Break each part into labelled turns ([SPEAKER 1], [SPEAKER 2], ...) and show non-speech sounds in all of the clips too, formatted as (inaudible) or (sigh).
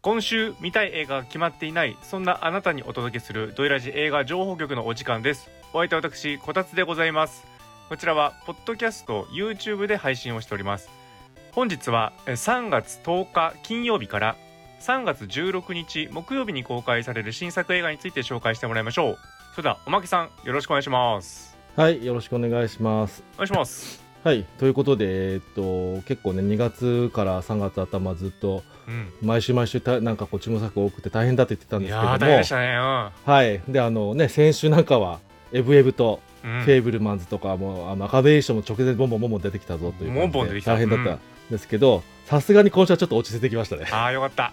[SPEAKER 1] 今週見たい映画が決まっていないそんなあなたにお届けするドイラジ映画情報局のお時間ですお相手は私こたつでございますこちらはポッドキャスト YouTube で配信をしております本日はえ3月10日金曜日から3月16日木曜日に公開される新作映画について紹介してもらいましょうそれではおまけさんよろしくお願いします
[SPEAKER 2] はい、よろしくお願いします。
[SPEAKER 1] お願いします
[SPEAKER 2] はい、ということで、えっと、結構ね、2月から3月頭ずっと、
[SPEAKER 1] うん
[SPEAKER 2] 毎週毎週た、なんかこう、注文作多くて大変だって言ってた
[SPEAKER 1] い
[SPEAKER 2] んですけ
[SPEAKER 1] や
[SPEAKER 2] ど
[SPEAKER 1] ー大変でし
[SPEAKER 2] も、
[SPEAKER 1] たね
[SPEAKER 2] はい、で、あのね、先週なんかは、エブエブと、
[SPEAKER 1] うん、
[SPEAKER 2] フ
[SPEAKER 1] うん
[SPEAKER 2] ェイブルマンズとかも、あのアカデミー賞も直前ボンボンボンボン出てきたぞという感じで
[SPEAKER 1] ボンボン出てきた
[SPEAKER 2] 大変だったんですけど、さすがに今週はちょっと落ち着いてきましたね。
[SPEAKER 1] ああよかった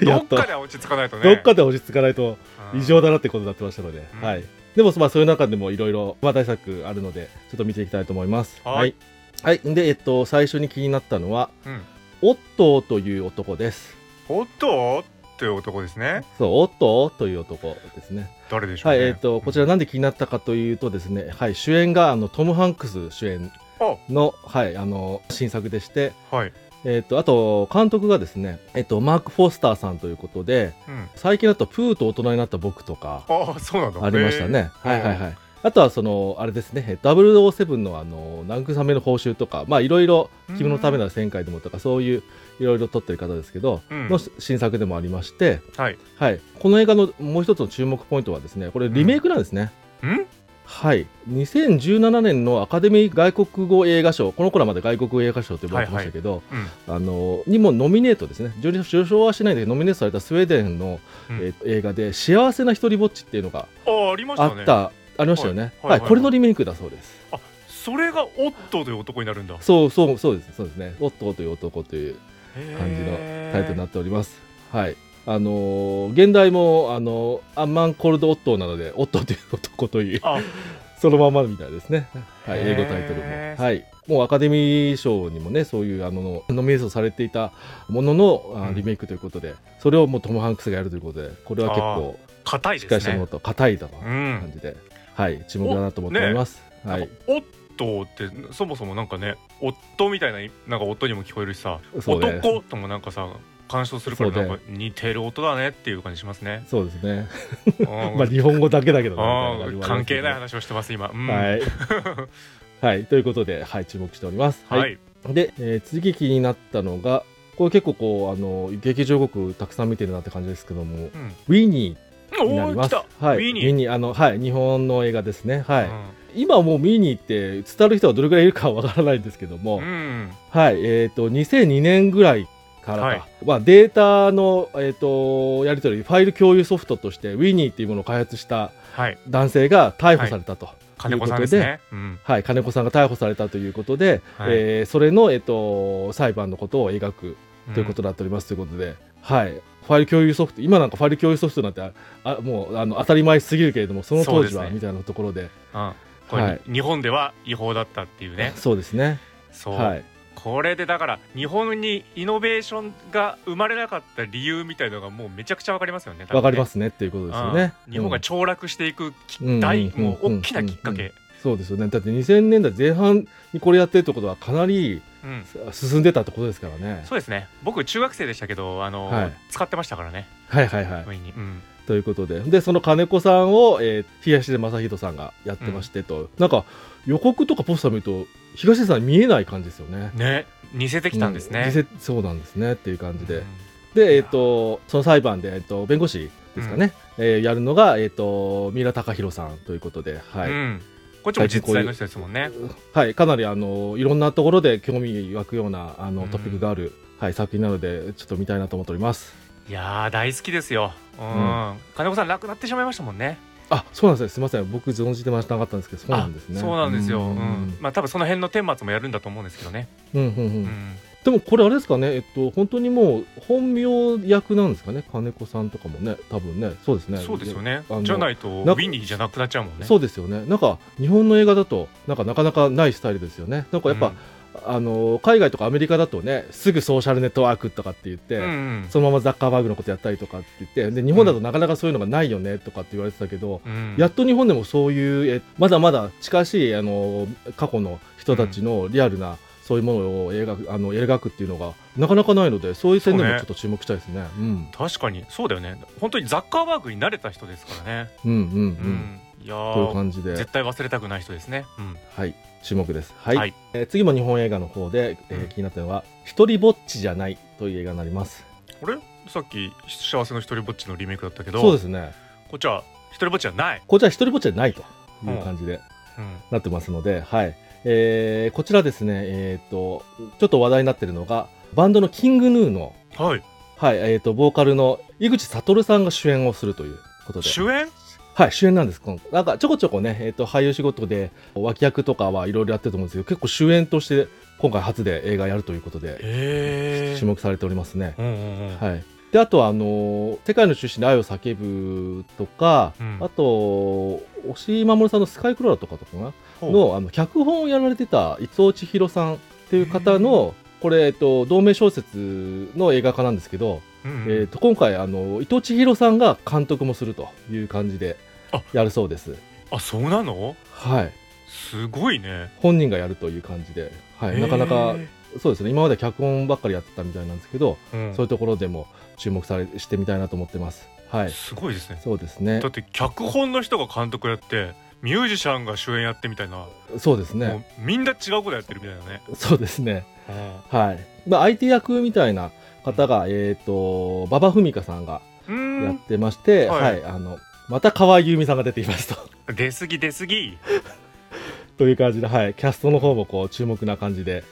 [SPEAKER 1] ど
[SPEAKER 2] や
[SPEAKER 1] っ
[SPEAKER 2] っと、
[SPEAKER 1] かでは落ち着かないとね
[SPEAKER 2] どっかで落ち着かないと、
[SPEAKER 1] うん
[SPEAKER 2] 異常だなってことになってましたので、
[SPEAKER 1] うん
[SPEAKER 2] はい。でも、まあ、そういう中でもいろいろ話題作あるので、ちょっと見ていきたいと思います。
[SPEAKER 1] はい。
[SPEAKER 2] はい。で、えっと、最初に気になったのは、
[SPEAKER 1] うん
[SPEAKER 2] オットーという男です。
[SPEAKER 1] おっとという男ですね
[SPEAKER 2] そう、オットーという男ですね。
[SPEAKER 1] 誰でしょう
[SPEAKER 2] はい。
[SPEAKER 1] ね
[SPEAKER 2] えっと、こちらなんで気になったかというとですね、はい。主演が、あの、トム・ハンクス主演
[SPEAKER 1] あ
[SPEAKER 2] の、はい、あの、新作でして、
[SPEAKER 1] はい
[SPEAKER 2] えっと、あと、監督がですね、えっと、マーク・フォスターさんということで、
[SPEAKER 1] うん
[SPEAKER 2] 最近だと、プーと大人になった僕とか、
[SPEAKER 1] ああそうなんだ
[SPEAKER 2] ありましたね。
[SPEAKER 1] へー
[SPEAKER 2] はいはいはい。あとはそのあれですね、え007のあの慰めの報酬とか、まあいろいろ
[SPEAKER 1] うん
[SPEAKER 2] 君のためなら旋回でもとかそういういろいろ撮ってる方ですけど、
[SPEAKER 1] うん
[SPEAKER 2] の新作でもありまして、
[SPEAKER 1] はい
[SPEAKER 2] はい。この映画のもう一つの注目ポイントはですね、これリメイクなんですね。
[SPEAKER 1] うん
[SPEAKER 2] はい。2017年のアカデミー外国語映画賞、この頃はまで外国語映画賞と呼ばれてましたけど、
[SPEAKER 1] うん
[SPEAKER 2] あのにもノミネートですね、受受賞はしないんだけど、ノミネートされたスウェーデンの、
[SPEAKER 1] うん
[SPEAKER 2] えー映画で、幸せな一人ぼっちっていうのが
[SPEAKER 1] あーありまし
[SPEAKER 2] あ
[SPEAKER 1] たね
[SPEAKER 2] った、ありましたよね、
[SPEAKER 1] はい
[SPEAKER 2] はい
[SPEAKER 1] はいはい
[SPEAKER 2] これのリメイクだそうです。
[SPEAKER 1] それがオットという男になるんだ
[SPEAKER 2] そうそうそうです、そうですね、オットーという男という
[SPEAKER 1] 感
[SPEAKER 2] 感じのタイトルになっております。はい。あのー現代も、あのーアンマンコールドオットーなので、オットーという男という、
[SPEAKER 1] あ
[SPEAKER 2] そのままみたいですね。はい、
[SPEAKER 1] へー
[SPEAKER 2] 英語タイトルも。はい。もうアカデミー賞にもね、そういうあのノミネートされていたもののあ
[SPEAKER 1] うん
[SPEAKER 2] リメイクということで、それをもうトム・ハンクスがやるということで、これは結構、
[SPEAKER 1] 硬い
[SPEAKER 2] しっ
[SPEAKER 1] で
[SPEAKER 2] かりし
[SPEAKER 1] す
[SPEAKER 2] たも
[SPEAKER 1] ね
[SPEAKER 2] のと硬いだと
[SPEAKER 1] う
[SPEAKER 2] 感
[SPEAKER 1] ん
[SPEAKER 2] じで、はい、注目だなと思っております。は
[SPEAKER 1] なん
[SPEAKER 2] い
[SPEAKER 1] か、オットってそもそもなんかね夫みたいななんか夫にも聞こえるしさ
[SPEAKER 2] そうね
[SPEAKER 1] 男ともなんかさ干渉するから
[SPEAKER 2] そう
[SPEAKER 1] な
[SPEAKER 2] ね
[SPEAKER 1] んか似てる音だねっていう感じしますね。
[SPEAKER 2] そうですね。
[SPEAKER 1] うん
[SPEAKER 2] (laughs) まあ、日本語だけだけどなみた
[SPEAKER 1] う
[SPEAKER 2] い
[SPEAKER 1] ん
[SPEAKER 2] な感
[SPEAKER 1] 関
[SPEAKER 2] じ
[SPEAKER 1] 係
[SPEAKER 2] も
[SPEAKER 1] な
[SPEAKER 2] あ
[SPEAKER 1] い
[SPEAKER 2] りま
[SPEAKER 1] 話をしてます今。うん
[SPEAKER 2] すけどはい。
[SPEAKER 1] (laughs)
[SPEAKER 2] はい、ということで、はい、注目しております。
[SPEAKER 1] はい、
[SPEAKER 2] で、えー次気になったのが、これ結構こう、あの、劇場僕たくさん見てるなって感じですけども、
[SPEAKER 1] うん
[SPEAKER 2] ウィニーにな
[SPEAKER 1] お
[SPEAKER 2] り
[SPEAKER 1] お
[SPEAKER 2] ま
[SPEAKER 1] 来
[SPEAKER 2] す。
[SPEAKER 1] た、
[SPEAKER 2] はい、
[SPEAKER 1] ウィニー
[SPEAKER 2] ウィニー、あの、はい、日本の映画ですね。はい。
[SPEAKER 1] う
[SPEAKER 2] 今もう見に行って伝わる人はどれくらいいるかわからないんですけども、
[SPEAKER 1] んうん
[SPEAKER 2] はい、えっ、と、2002年ぐらいからか、
[SPEAKER 1] はい
[SPEAKER 2] まあ、データの、えー、とやり取り、ファイル共有ソフトとして、ウィニーっていうものを開発した
[SPEAKER 1] はい
[SPEAKER 2] 男性が逮捕されたと。はい
[SPEAKER 1] 金子さんですね。うん
[SPEAKER 2] 金子さんが逮捕されたということで、
[SPEAKER 1] はい
[SPEAKER 2] えーそれの、えっと裁判のことを描くということ
[SPEAKER 1] ん
[SPEAKER 2] になっております、ということで、はい、ファイル共有ソフト、今なんかファイル共有ソフトなんてああもうあの当たり前すぎるけれども、その当時
[SPEAKER 1] そう
[SPEAKER 2] は、
[SPEAKER 1] ですね
[SPEAKER 2] みたいなところで、
[SPEAKER 1] うんこれ
[SPEAKER 2] はい
[SPEAKER 1] 日本では違法だったっていうね。
[SPEAKER 2] そうですね、
[SPEAKER 1] そう、
[SPEAKER 2] はい、
[SPEAKER 1] これでだから日本にイノベーションが生まれなかった理由みたいのがもうめちゃくちゃわかりますよね。
[SPEAKER 2] わかりますすねっていうことですよね。
[SPEAKER 1] 日本
[SPEAKER 2] う
[SPEAKER 1] が
[SPEAKER 2] ん
[SPEAKER 1] 凋落していくき
[SPEAKER 2] うん
[SPEAKER 1] 大、
[SPEAKER 2] うん
[SPEAKER 1] もう大きなきっかけ。
[SPEAKER 2] そうですよねだって2000年代前半にこれやってるってことはかなり
[SPEAKER 1] うん
[SPEAKER 2] 進んでたってことですからね。
[SPEAKER 1] そうですね僕中学生でしたけどあの、
[SPEAKER 2] はい
[SPEAKER 1] 使ってましたからね
[SPEAKER 2] はいはいはい、
[SPEAKER 1] 上に、うん、
[SPEAKER 2] ということででその金子さんを、えー東出昌人さんがやってましてと、なんか予告とかポスター見ると東出さん見えない感じですよね。
[SPEAKER 1] ね似せてきたんです
[SPEAKER 2] う
[SPEAKER 1] ね
[SPEAKER 2] 実、際そうなんですねっていう感じで、
[SPEAKER 1] うん
[SPEAKER 2] で、えっとその裁判で、えっと弁護士ですかね、えーやるのが、えっと三浦貴弘さんということで、はい
[SPEAKER 1] うんこっちも実在の人ですもんね
[SPEAKER 2] はい、かなりあのいろんなところで興味湧くようなあ
[SPEAKER 1] う
[SPEAKER 2] の
[SPEAKER 1] ん
[SPEAKER 2] トピックがある、はい、作品なのでちょっと見たいなと思っております
[SPEAKER 1] いやー大好きですよ、うん
[SPEAKER 2] う
[SPEAKER 1] 金子さん亡くなってしまいましたもんね
[SPEAKER 2] あそうなんですねすみません僕存じてましたなかったんですけどそうなんですね
[SPEAKER 1] あそうなんですよ、
[SPEAKER 2] う
[SPEAKER 1] うん
[SPEAKER 2] ん
[SPEAKER 1] まあ多分その辺の顛末もやるんだと思うんですけどね、
[SPEAKER 2] うんうんう
[SPEAKER 1] う
[SPEAKER 2] ん
[SPEAKER 1] ん
[SPEAKER 2] でもこれあれですかねえっと本当にもう本名役なんですかね金子さんとかもね多分ねそうですね
[SPEAKER 1] そうですよね
[SPEAKER 2] あの
[SPEAKER 1] じゃないとウ
[SPEAKER 2] なんか
[SPEAKER 1] ィニーじゃなくなっちゃうもんね
[SPEAKER 2] そうですよねなんか日本の映画だとなんかなかなかないスタイルですよねなんかやっぱ、あの海外とかアメリカだとねすぐソーシャルネットワークとかって言って、
[SPEAKER 1] うんうん
[SPEAKER 2] そのままザッカーバーグのことやったりとかって言ってで日本だとなかなかそういうのがないよねとかって言われてたけど、
[SPEAKER 1] うん
[SPEAKER 2] やっと日本でもそういうえまだまだ近しいあの過去の人たちのリアルなそういうものを描くあの描くっていうのがなかなかないのでそういう点でもちょっと注目したいですね。うん
[SPEAKER 1] 確かにそうだよね本当にザッカーバーグに慣れた人ですからね
[SPEAKER 2] うんうんう、
[SPEAKER 1] うんん、いや
[SPEAKER 2] という
[SPEAKER 1] ー
[SPEAKER 2] 感じで
[SPEAKER 1] 絶対忘れたくない人ですねうん
[SPEAKER 2] はい注目です。はい、
[SPEAKER 1] はい
[SPEAKER 2] えー次も日本映画の方で、えー
[SPEAKER 1] うん
[SPEAKER 2] 気になったのは「一人ぼっちじゃない」という映画になります。
[SPEAKER 1] あれさっき「幸せの一人ぼっち」のリメイクだったけど
[SPEAKER 2] そうですね。
[SPEAKER 1] こっちは一人ぼっちじゃない、
[SPEAKER 2] こちら一人ぼっちじゃないという感じで
[SPEAKER 1] うん
[SPEAKER 2] なってますので、はいえーこちらですね、えー、とちょっと話題になってるのがバンドのキングヌーの、
[SPEAKER 1] はい
[SPEAKER 2] はいえー、とボーカルの井口悟さんが主演をするということで
[SPEAKER 1] 主演
[SPEAKER 2] はい、主演なんですこのなんかちょこちょこね、えー、と俳優仕事で脇役とかはいろいろやってると思うんですけど結構主演として今回初で映画やるということで
[SPEAKER 1] え
[SPEAKER 2] 注目されておりますね。
[SPEAKER 1] うんうんうん
[SPEAKER 2] はい、であとはあのー世界の中心で愛を叫ぶ」とか、
[SPEAKER 1] うん
[SPEAKER 2] あと押井守さんの「スカイクローラー」とかとかな
[SPEAKER 1] ほう
[SPEAKER 2] のあの脚本をやられてた伊藤千尋さんっていう方のこれ、えっと、同名小説の映画化なんですけど、
[SPEAKER 1] うんうん
[SPEAKER 2] えっと、今回あの伊藤千尋さんが監督もするという感じで
[SPEAKER 1] あ
[SPEAKER 2] やるそうです。
[SPEAKER 1] あそうなの
[SPEAKER 2] はい
[SPEAKER 1] すごいね、
[SPEAKER 2] 本人がやるという感じで、はい、なかなか
[SPEAKER 1] へ
[SPEAKER 2] そうですね今まで脚本ばっかりやってたみたいなんですけど、
[SPEAKER 1] ーうん
[SPEAKER 2] そういうところでも注目されしてみたいなと思ってます。はい、
[SPEAKER 1] すごいですね
[SPEAKER 2] そうですね
[SPEAKER 1] だ。って脚本の人が監督やってミュージシャンが主演やってみたいな、
[SPEAKER 2] そうです
[SPEAKER 1] も
[SPEAKER 2] ね。
[SPEAKER 1] うみんな違うことやってるみたいなね、
[SPEAKER 2] そうですね。
[SPEAKER 1] うん
[SPEAKER 2] はい。まあ、相手役みたいな方が、えっ、と、馬場ふ香さんが
[SPEAKER 1] う
[SPEAKER 2] や
[SPEAKER 1] ー
[SPEAKER 2] っ
[SPEAKER 1] ん
[SPEAKER 2] てまして、
[SPEAKER 1] はい
[SPEAKER 2] はい、あの、また河合優美さんが出ていますと。 (laughs)
[SPEAKER 1] 出過ぎ出過ぎ
[SPEAKER 2] という感じで、はい、キャストの方もこう、注目な感じで、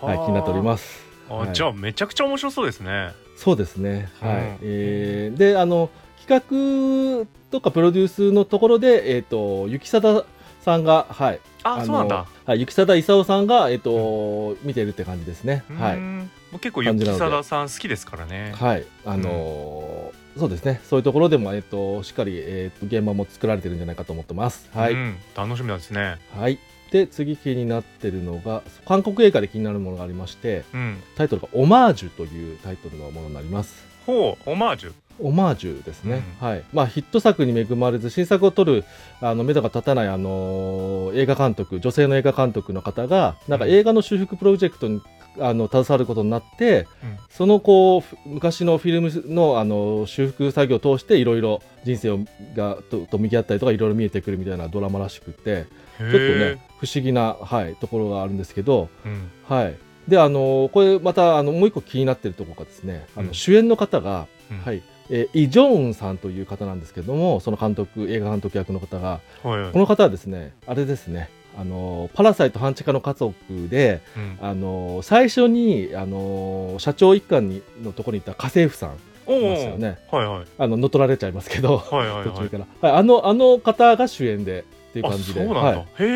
[SPEAKER 2] はい、気になっており
[SPEAKER 1] す
[SPEAKER 2] ます。
[SPEAKER 1] あ、
[SPEAKER 2] はい
[SPEAKER 1] じゃあめちゃくちゃ面白そうですね
[SPEAKER 2] そうですね。はい。
[SPEAKER 1] うん
[SPEAKER 2] えーで、あの、企画とかプロデュースのところで、えっ、と、ゆきさださんが、はい。
[SPEAKER 1] あ
[SPEAKER 2] の
[SPEAKER 1] そうなんだ。
[SPEAKER 2] はい、ゆきさだいさおさんが、えっ、と、見ているって感じですね。は
[SPEAKER 1] うー
[SPEAKER 2] い。
[SPEAKER 1] んもう結構ゆきさださん好きですからね
[SPEAKER 2] はい、あのーそうですね、そういうところでも、えっと、しっかり、えっと、現場も作られてるんじゃないかと思ってます。はい、
[SPEAKER 1] うん、楽しみなんですね
[SPEAKER 2] はい、で、次気になってるのが、韓国映画で気になるものがありまして、
[SPEAKER 1] うん
[SPEAKER 2] タイトルがオマージュというタイトルのものになります。
[SPEAKER 1] ほうオマージュ
[SPEAKER 2] オマージュですね、
[SPEAKER 1] う
[SPEAKER 2] はいまあ、ヒット作に恵まれず新作を撮るあの目処が立たない、あのー映画監督女性の映画監督の方がなんか
[SPEAKER 1] うん
[SPEAKER 2] 映画の修復プロジェクトにあの携わることになって、
[SPEAKER 1] うん
[SPEAKER 2] そのこうふ昔のフィルムの、あのー修復作業を通していろいろ人生をがとと向き合ったりとかいろいろ見えてくるみたいなドラマらしくて
[SPEAKER 1] へ
[SPEAKER 2] ちょっと
[SPEAKER 1] え、
[SPEAKER 2] ね不思議な、はい、ところがあるんですけど、
[SPEAKER 1] うん、
[SPEAKER 2] はい、で、あのーこれまたあのもう一個気になってるところがですね、あ
[SPEAKER 1] う
[SPEAKER 2] の
[SPEAKER 1] ん
[SPEAKER 2] 主演の方が
[SPEAKER 1] うん
[SPEAKER 2] はいえーイ・ジョンウンさんという方なんですけどもその監督映画監督役の方が
[SPEAKER 1] はいはい
[SPEAKER 2] この方はですねあれですねあのーパラサイト半地下の家族で、
[SPEAKER 1] うん
[SPEAKER 2] あのー最初に、あのー社長一家にのところにいた家政婦さんい
[SPEAKER 1] おお
[SPEAKER 2] ますよね
[SPEAKER 1] はいはい
[SPEAKER 2] あの乗っ取られちゃいますけど、
[SPEAKER 1] はいはい
[SPEAKER 2] 途
[SPEAKER 1] は
[SPEAKER 2] 中
[SPEAKER 1] い
[SPEAKER 2] から、はい、あのあの方が主演でっていう
[SPEAKER 1] あ
[SPEAKER 2] 感じ
[SPEAKER 1] そ
[SPEAKER 2] で
[SPEAKER 1] うなんだ、
[SPEAKER 2] はい、
[SPEAKER 1] へ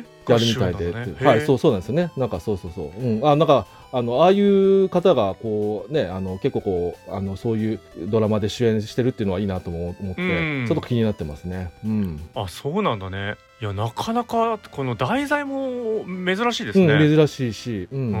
[SPEAKER 1] え
[SPEAKER 2] やるみたいで、っていうはい、そううそうなんですよねなんかそうそうそう、うん、あなんかあのああいう方がこうねあの結構こうあのそういうドラマで主演してるっていうのはいいなとも思って、
[SPEAKER 1] うん
[SPEAKER 2] ちょっと気になってますねうん、
[SPEAKER 1] あそうなんだねいやなかなかこの題材も珍しいです
[SPEAKER 2] う
[SPEAKER 1] ね、
[SPEAKER 2] ん
[SPEAKER 1] うん
[SPEAKER 2] 珍しいし、うん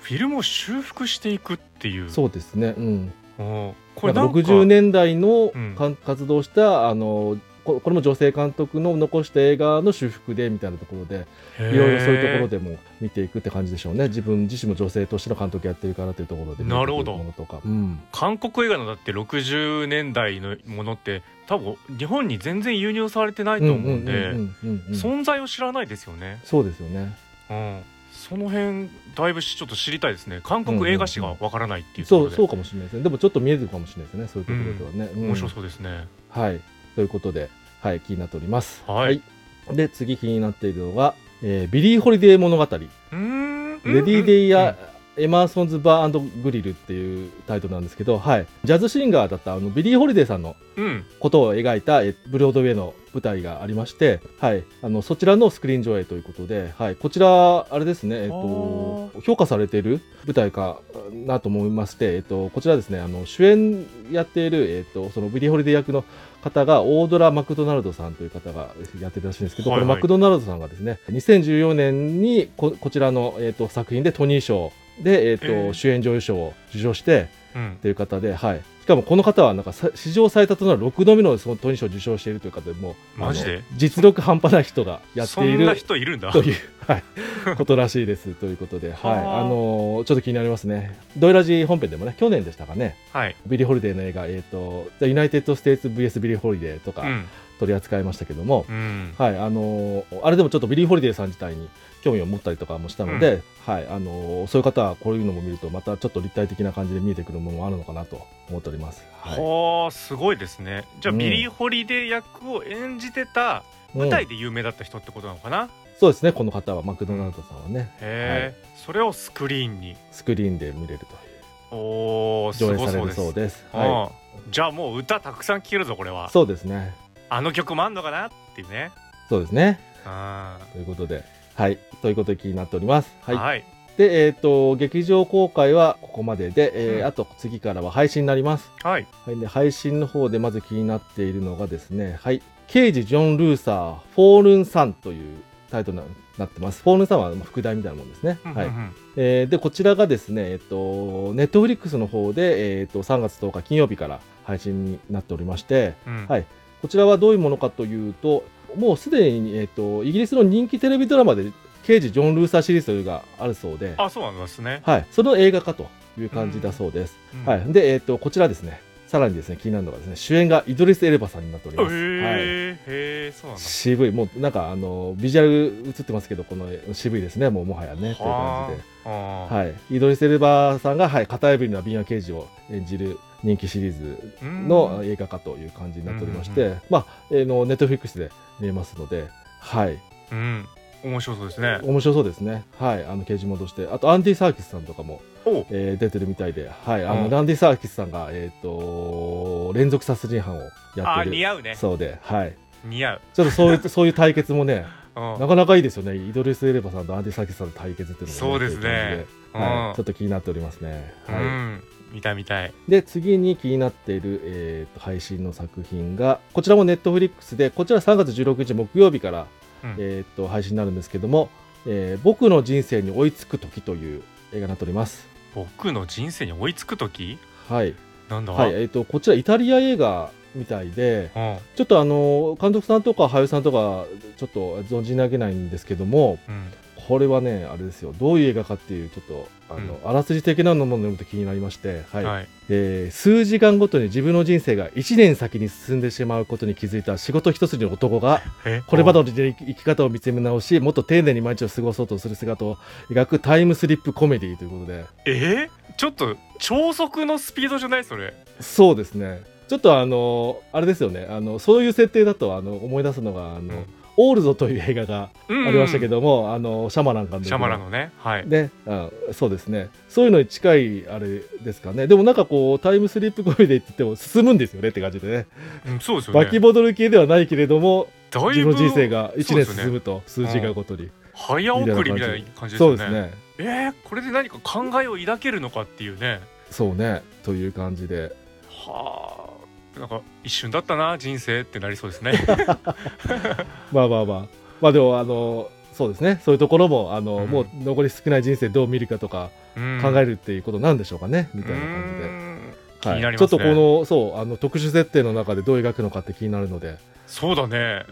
[SPEAKER 1] フィルムを修復していくっていう
[SPEAKER 2] そうですねうん
[SPEAKER 1] うんこれ
[SPEAKER 2] なんか
[SPEAKER 1] なんか
[SPEAKER 2] 60年代の
[SPEAKER 1] うん
[SPEAKER 2] かん活動したあのここれも女性監督の残した映画の修復でみたいなところで
[SPEAKER 1] へえ
[SPEAKER 2] いろいろそういうところでも見ていくって感じでしょうね自分自身も女性としての監督やってるからというところで見ていく
[SPEAKER 1] なるほど
[SPEAKER 2] ものとか、うん、
[SPEAKER 1] 韓国映画のだって60年代のものって多分日本に全然輸入されてないと思うんで
[SPEAKER 2] んうんうんうんうん
[SPEAKER 1] 存在を知らないですよね、
[SPEAKER 2] そうですよね。
[SPEAKER 1] うん、その辺だいぶしちょっと知りたいですね韓国映画史がわからないっていうとこ
[SPEAKER 2] そ
[SPEAKER 1] ろ
[SPEAKER 2] う
[SPEAKER 1] で、
[SPEAKER 2] そうかもしれないですね。でもちょっと見えてるかもしれないですね。そういうところではね。うん
[SPEAKER 1] 面白そうですね
[SPEAKER 2] はい。ということで、はい、気になっております。
[SPEAKER 1] はい
[SPEAKER 2] で、次気になっているのが、えービリー・ホリデー物語、レ
[SPEAKER 1] うーん
[SPEAKER 2] ディー・デイや、エマーソンズ・バーグリルっていうタイトルなんですけど、はい、ジャズシンガーだったあのビリー・ホリデーさんの
[SPEAKER 1] うんうん
[SPEAKER 2] ことを描いたえブロードウェイの舞台がありまして、はい、あのそちらのスクリーン上映ということで、はい、こちら、あれですね、えっと、評価されている舞台かなと思いまして、えっと、こちらですねあの主演やっている、えっと、そのビリー・ホリデー役の方が大ドラ・マクドナルドさんという方がやってるらしいんですけど、
[SPEAKER 1] はいはい
[SPEAKER 2] これマクドナルドさんがですね2014年にここちらの、えっと、作品でトニー賞で、えっと
[SPEAKER 1] えー
[SPEAKER 2] 主演女優賞を受賞して、
[SPEAKER 1] うん
[SPEAKER 2] という方で、はい、しかもこの方はなんかさ史上最多となる6度目のそのトニー賞を受賞しているという方でもう
[SPEAKER 1] マジで
[SPEAKER 2] あの実力半端ない人がやってい
[SPEAKER 1] そんな
[SPEAKER 2] る
[SPEAKER 1] 人いるんだ
[SPEAKER 2] という (laughs) ことらしいですということで、はい、
[SPEAKER 1] はあ
[SPEAKER 2] あのーちょっと気になりますね。ドイラジ本編でもね、去年でしたかね、
[SPEAKER 1] はい、
[SPEAKER 2] ビリー・ホリデーの映画、えっ、と、The United States VS ビリー・ホリデーとか
[SPEAKER 1] うん、
[SPEAKER 2] 取り扱いましたけども、
[SPEAKER 1] うん、
[SPEAKER 2] はい、あのーあれでもちょっとビリー・ホリデーさん自体に興味を持ったりとかもしたので、はい、あのーそういう方はこういうのも見ると、またちょっと立体的な感じで見えてくるものもあるのかなと思っております。はい
[SPEAKER 1] はあすごいですねじゃあ、
[SPEAKER 2] うん
[SPEAKER 1] ビリー・ホリデー役を演じてた舞台で有名だった人ってことなのかな、
[SPEAKER 2] そうですね、この方は、マクドナルドさんはね、
[SPEAKER 1] へえ、それをスクリーンに
[SPEAKER 2] スクリーンで見れると
[SPEAKER 1] おおす
[SPEAKER 2] 上
[SPEAKER 1] ごそ
[SPEAKER 2] 映
[SPEAKER 1] う
[SPEAKER 2] され
[SPEAKER 1] で
[SPEAKER 2] る
[SPEAKER 1] す
[SPEAKER 2] そうです。は、
[SPEAKER 1] うんじゃあもう歌たくさん聴けるぞこれはい
[SPEAKER 2] そうですね、
[SPEAKER 1] あの曲もあんのかなっていうね
[SPEAKER 2] そうですね。
[SPEAKER 1] うん
[SPEAKER 2] ということで、はい、ということで気になっております。はい。
[SPEAKER 1] はい
[SPEAKER 2] で、えっ、と、劇場公開はここまでで、えー
[SPEAKER 1] うん
[SPEAKER 2] あと次からは配信になります。
[SPEAKER 1] はい
[SPEAKER 2] はい、で、配信の方でまず気になっているのがですね、はい、刑事ジョン・ルーサー、フォールン・サンというタイトルになってます。フォールン・サンはまあ副題みたいなもんですね。
[SPEAKER 1] うんう
[SPEAKER 2] はい
[SPEAKER 1] ん。うん
[SPEAKER 2] えーで、こちらがですね、えっ、と、ネットフリックスの方で、えっ、と、3月10日金曜日から配信になっておりまして、
[SPEAKER 1] うん
[SPEAKER 2] はいこちらはどういうものかというと、もうすでに、えー、とイギリスの人気テレビドラマで、刑事ジョン・ルーサーシリーズというのがあるそうで、
[SPEAKER 1] あそうなんですね、
[SPEAKER 2] はい、その映画化という感じだそうです。
[SPEAKER 1] うん
[SPEAKER 2] はい、で、えーと、こちらですね、さらにですね気になるのがですね主演がイドリス・エルバさんになっており
[SPEAKER 1] へ
[SPEAKER 2] ます。はい
[SPEAKER 1] え、へえそうなんだ
[SPEAKER 2] 渋い、もうなんかあのビジュアル映ってますけど、この渋いですね、もうもはやね、という感じで。
[SPEAKER 1] はあ
[SPEAKER 2] はい、イドリス・エルバさんが、はい、片指の敏腕刑事を演じる人気シリーズ
[SPEAKER 1] うん
[SPEAKER 2] の映画化という感じになっておりまして、
[SPEAKER 1] うん
[SPEAKER 2] まあ、えーのネットフリックスで見えますので、はい、
[SPEAKER 1] うん面白そうですね
[SPEAKER 2] 面白そうですね。はい、あの刑事戻して、あとアンディサーキスさんとかも、
[SPEAKER 1] おう
[SPEAKER 2] えー出てるみたいで、はい、あの、
[SPEAKER 1] うん
[SPEAKER 2] ランディサーキスさんがえっ、と連続殺人犯をや
[SPEAKER 1] あ
[SPEAKER 2] って
[SPEAKER 1] 似
[SPEAKER 2] る。
[SPEAKER 1] 合うね
[SPEAKER 2] そうで、はい、
[SPEAKER 1] 似合う
[SPEAKER 2] ちょっとそう
[SPEAKER 1] (laughs)
[SPEAKER 2] いう、そういう対決も
[SPEAKER 1] う
[SPEAKER 2] ね、
[SPEAKER 1] ん
[SPEAKER 2] なかなかいいですよね。イドリスエルバさんとアンディサーキスさんの対決っていうのも、
[SPEAKER 1] そうですね
[SPEAKER 2] という感じでは
[SPEAKER 1] うん
[SPEAKER 2] い、ちょっと気になっておりますね。
[SPEAKER 1] う
[SPEAKER 2] はい。
[SPEAKER 1] ん見た見たい
[SPEAKER 2] で次に気になっている、えーと配信の作品がこちらもネットフリックスでこちら3月16日木曜日から、
[SPEAKER 1] うん
[SPEAKER 2] えー、と配信になるんですけども、えー僕の人生に追いつく時」という映画になっております。
[SPEAKER 1] 僕の人生に追いつく時
[SPEAKER 2] はい、
[SPEAKER 1] なんだ、
[SPEAKER 2] はいえー、とこちらイタリア映画みたいで
[SPEAKER 1] うん
[SPEAKER 2] ちょっとあの監督さんとか俳優さんとかちょっと存じ上げないんですけども
[SPEAKER 1] うん、
[SPEAKER 2] これはねあれですよどういう映画かっていうちょっとあの、あらすじ的なのも読むと気になりまして、は
[SPEAKER 1] はいい、
[SPEAKER 2] えー数時間ごとに自分の人生が1年先に進んでしまうことに気づいた仕事一筋の男が
[SPEAKER 1] え
[SPEAKER 2] これまでの生き方を見つめ直しもっと丁寧に毎日を過ごそうとする姿を描くタイムスリップコメディということで
[SPEAKER 1] えーちょっと超速のスピードじゃないそれ
[SPEAKER 2] そうですねちょっとあのあれですよねあのそういう設定だとあの思い出すのが
[SPEAKER 1] う
[SPEAKER 2] あの、
[SPEAKER 1] ん
[SPEAKER 2] オールドという映画が
[SPEAKER 1] あ
[SPEAKER 2] ありましたけ
[SPEAKER 1] ど、
[SPEAKER 2] ども、あのシャマラン監督
[SPEAKER 1] シャマランのねはい
[SPEAKER 2] ね、あそうですねそういうのに近いあれですかねでもなんかこうタイムスリップコメディって言っても進むんですよねって感じでね
[SPEAKER 1] うん、そうですよね
[SPEAKER 2] バキボトル系ではないけれども、
[SPEAKER 1] だいぶ
[SPEAKER 2] 自分の人生が
[SPEAKER 1] そ
[SPEAKER 2] 1
[SPEAKER 1] うで
[SPEAKER 2] 年
[SPEAKER 1] すね
[SPEAKER 2] 進むと、数字がごとに。
[SPEAKER 1] 早送りみたいな感じです
[SPEAKER 2] そう
[SPEAKER 1] よね
[SPEAKER 2] ですね。
[SPEAKER 1] えーこれで何か考えを抱けるのかっていうね
[SPEAKER 2] そうね。という感じで。
[SPEAKER 1] はあなんか一瞬だったな人生ってなりそう
[SPEAKER 2] (laughs)
[SPEAKER 1] ですね
[SPEAKER 2] まあまあまあ。まあでも、あの、そうですね。そういうところも、あの、
[SPEAKER 1] うん
[SPEAKER 2] もう残り少ない人生どう見るかとか考えるっていうことなんでしょうかね。みたいな感じで。
[SPEAKER 1] 気になりますね、
[SPEAKER 2] はい、ちょっとこの、そう、あの、特殊設定の中でどう描くのかって気になるので。
[SPEAKER 1] そうだね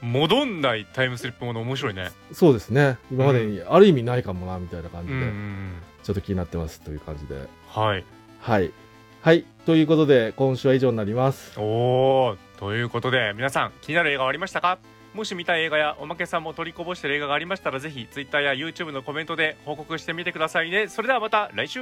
[SPEAKER 1] 戻んないタイムスリップもの面白いね
[SPEAKER 2] そうですね。今までにある意味ないかもな、みたいな感
[SPEAKER 1] うん
[SPEAKER 2] じ
[SPEAKER 1] う
[SPEAKER 2] で、
[SPEAKER 1] ん
[SPEAKER 2] ちょっと気になってますという感じで。
[SPEAKER 1] はい
[SPEAKER 2] はい。はい。ということで、今週は以上になります。
[SPEAKER 1] おーということで皆さん気になる映画はありましたかもし見たい映画やおまけさんも取りこぼしてる映画がありましたらぜひ Twitter や YouTube のコメントで報告してみてくださいねそれではまた来週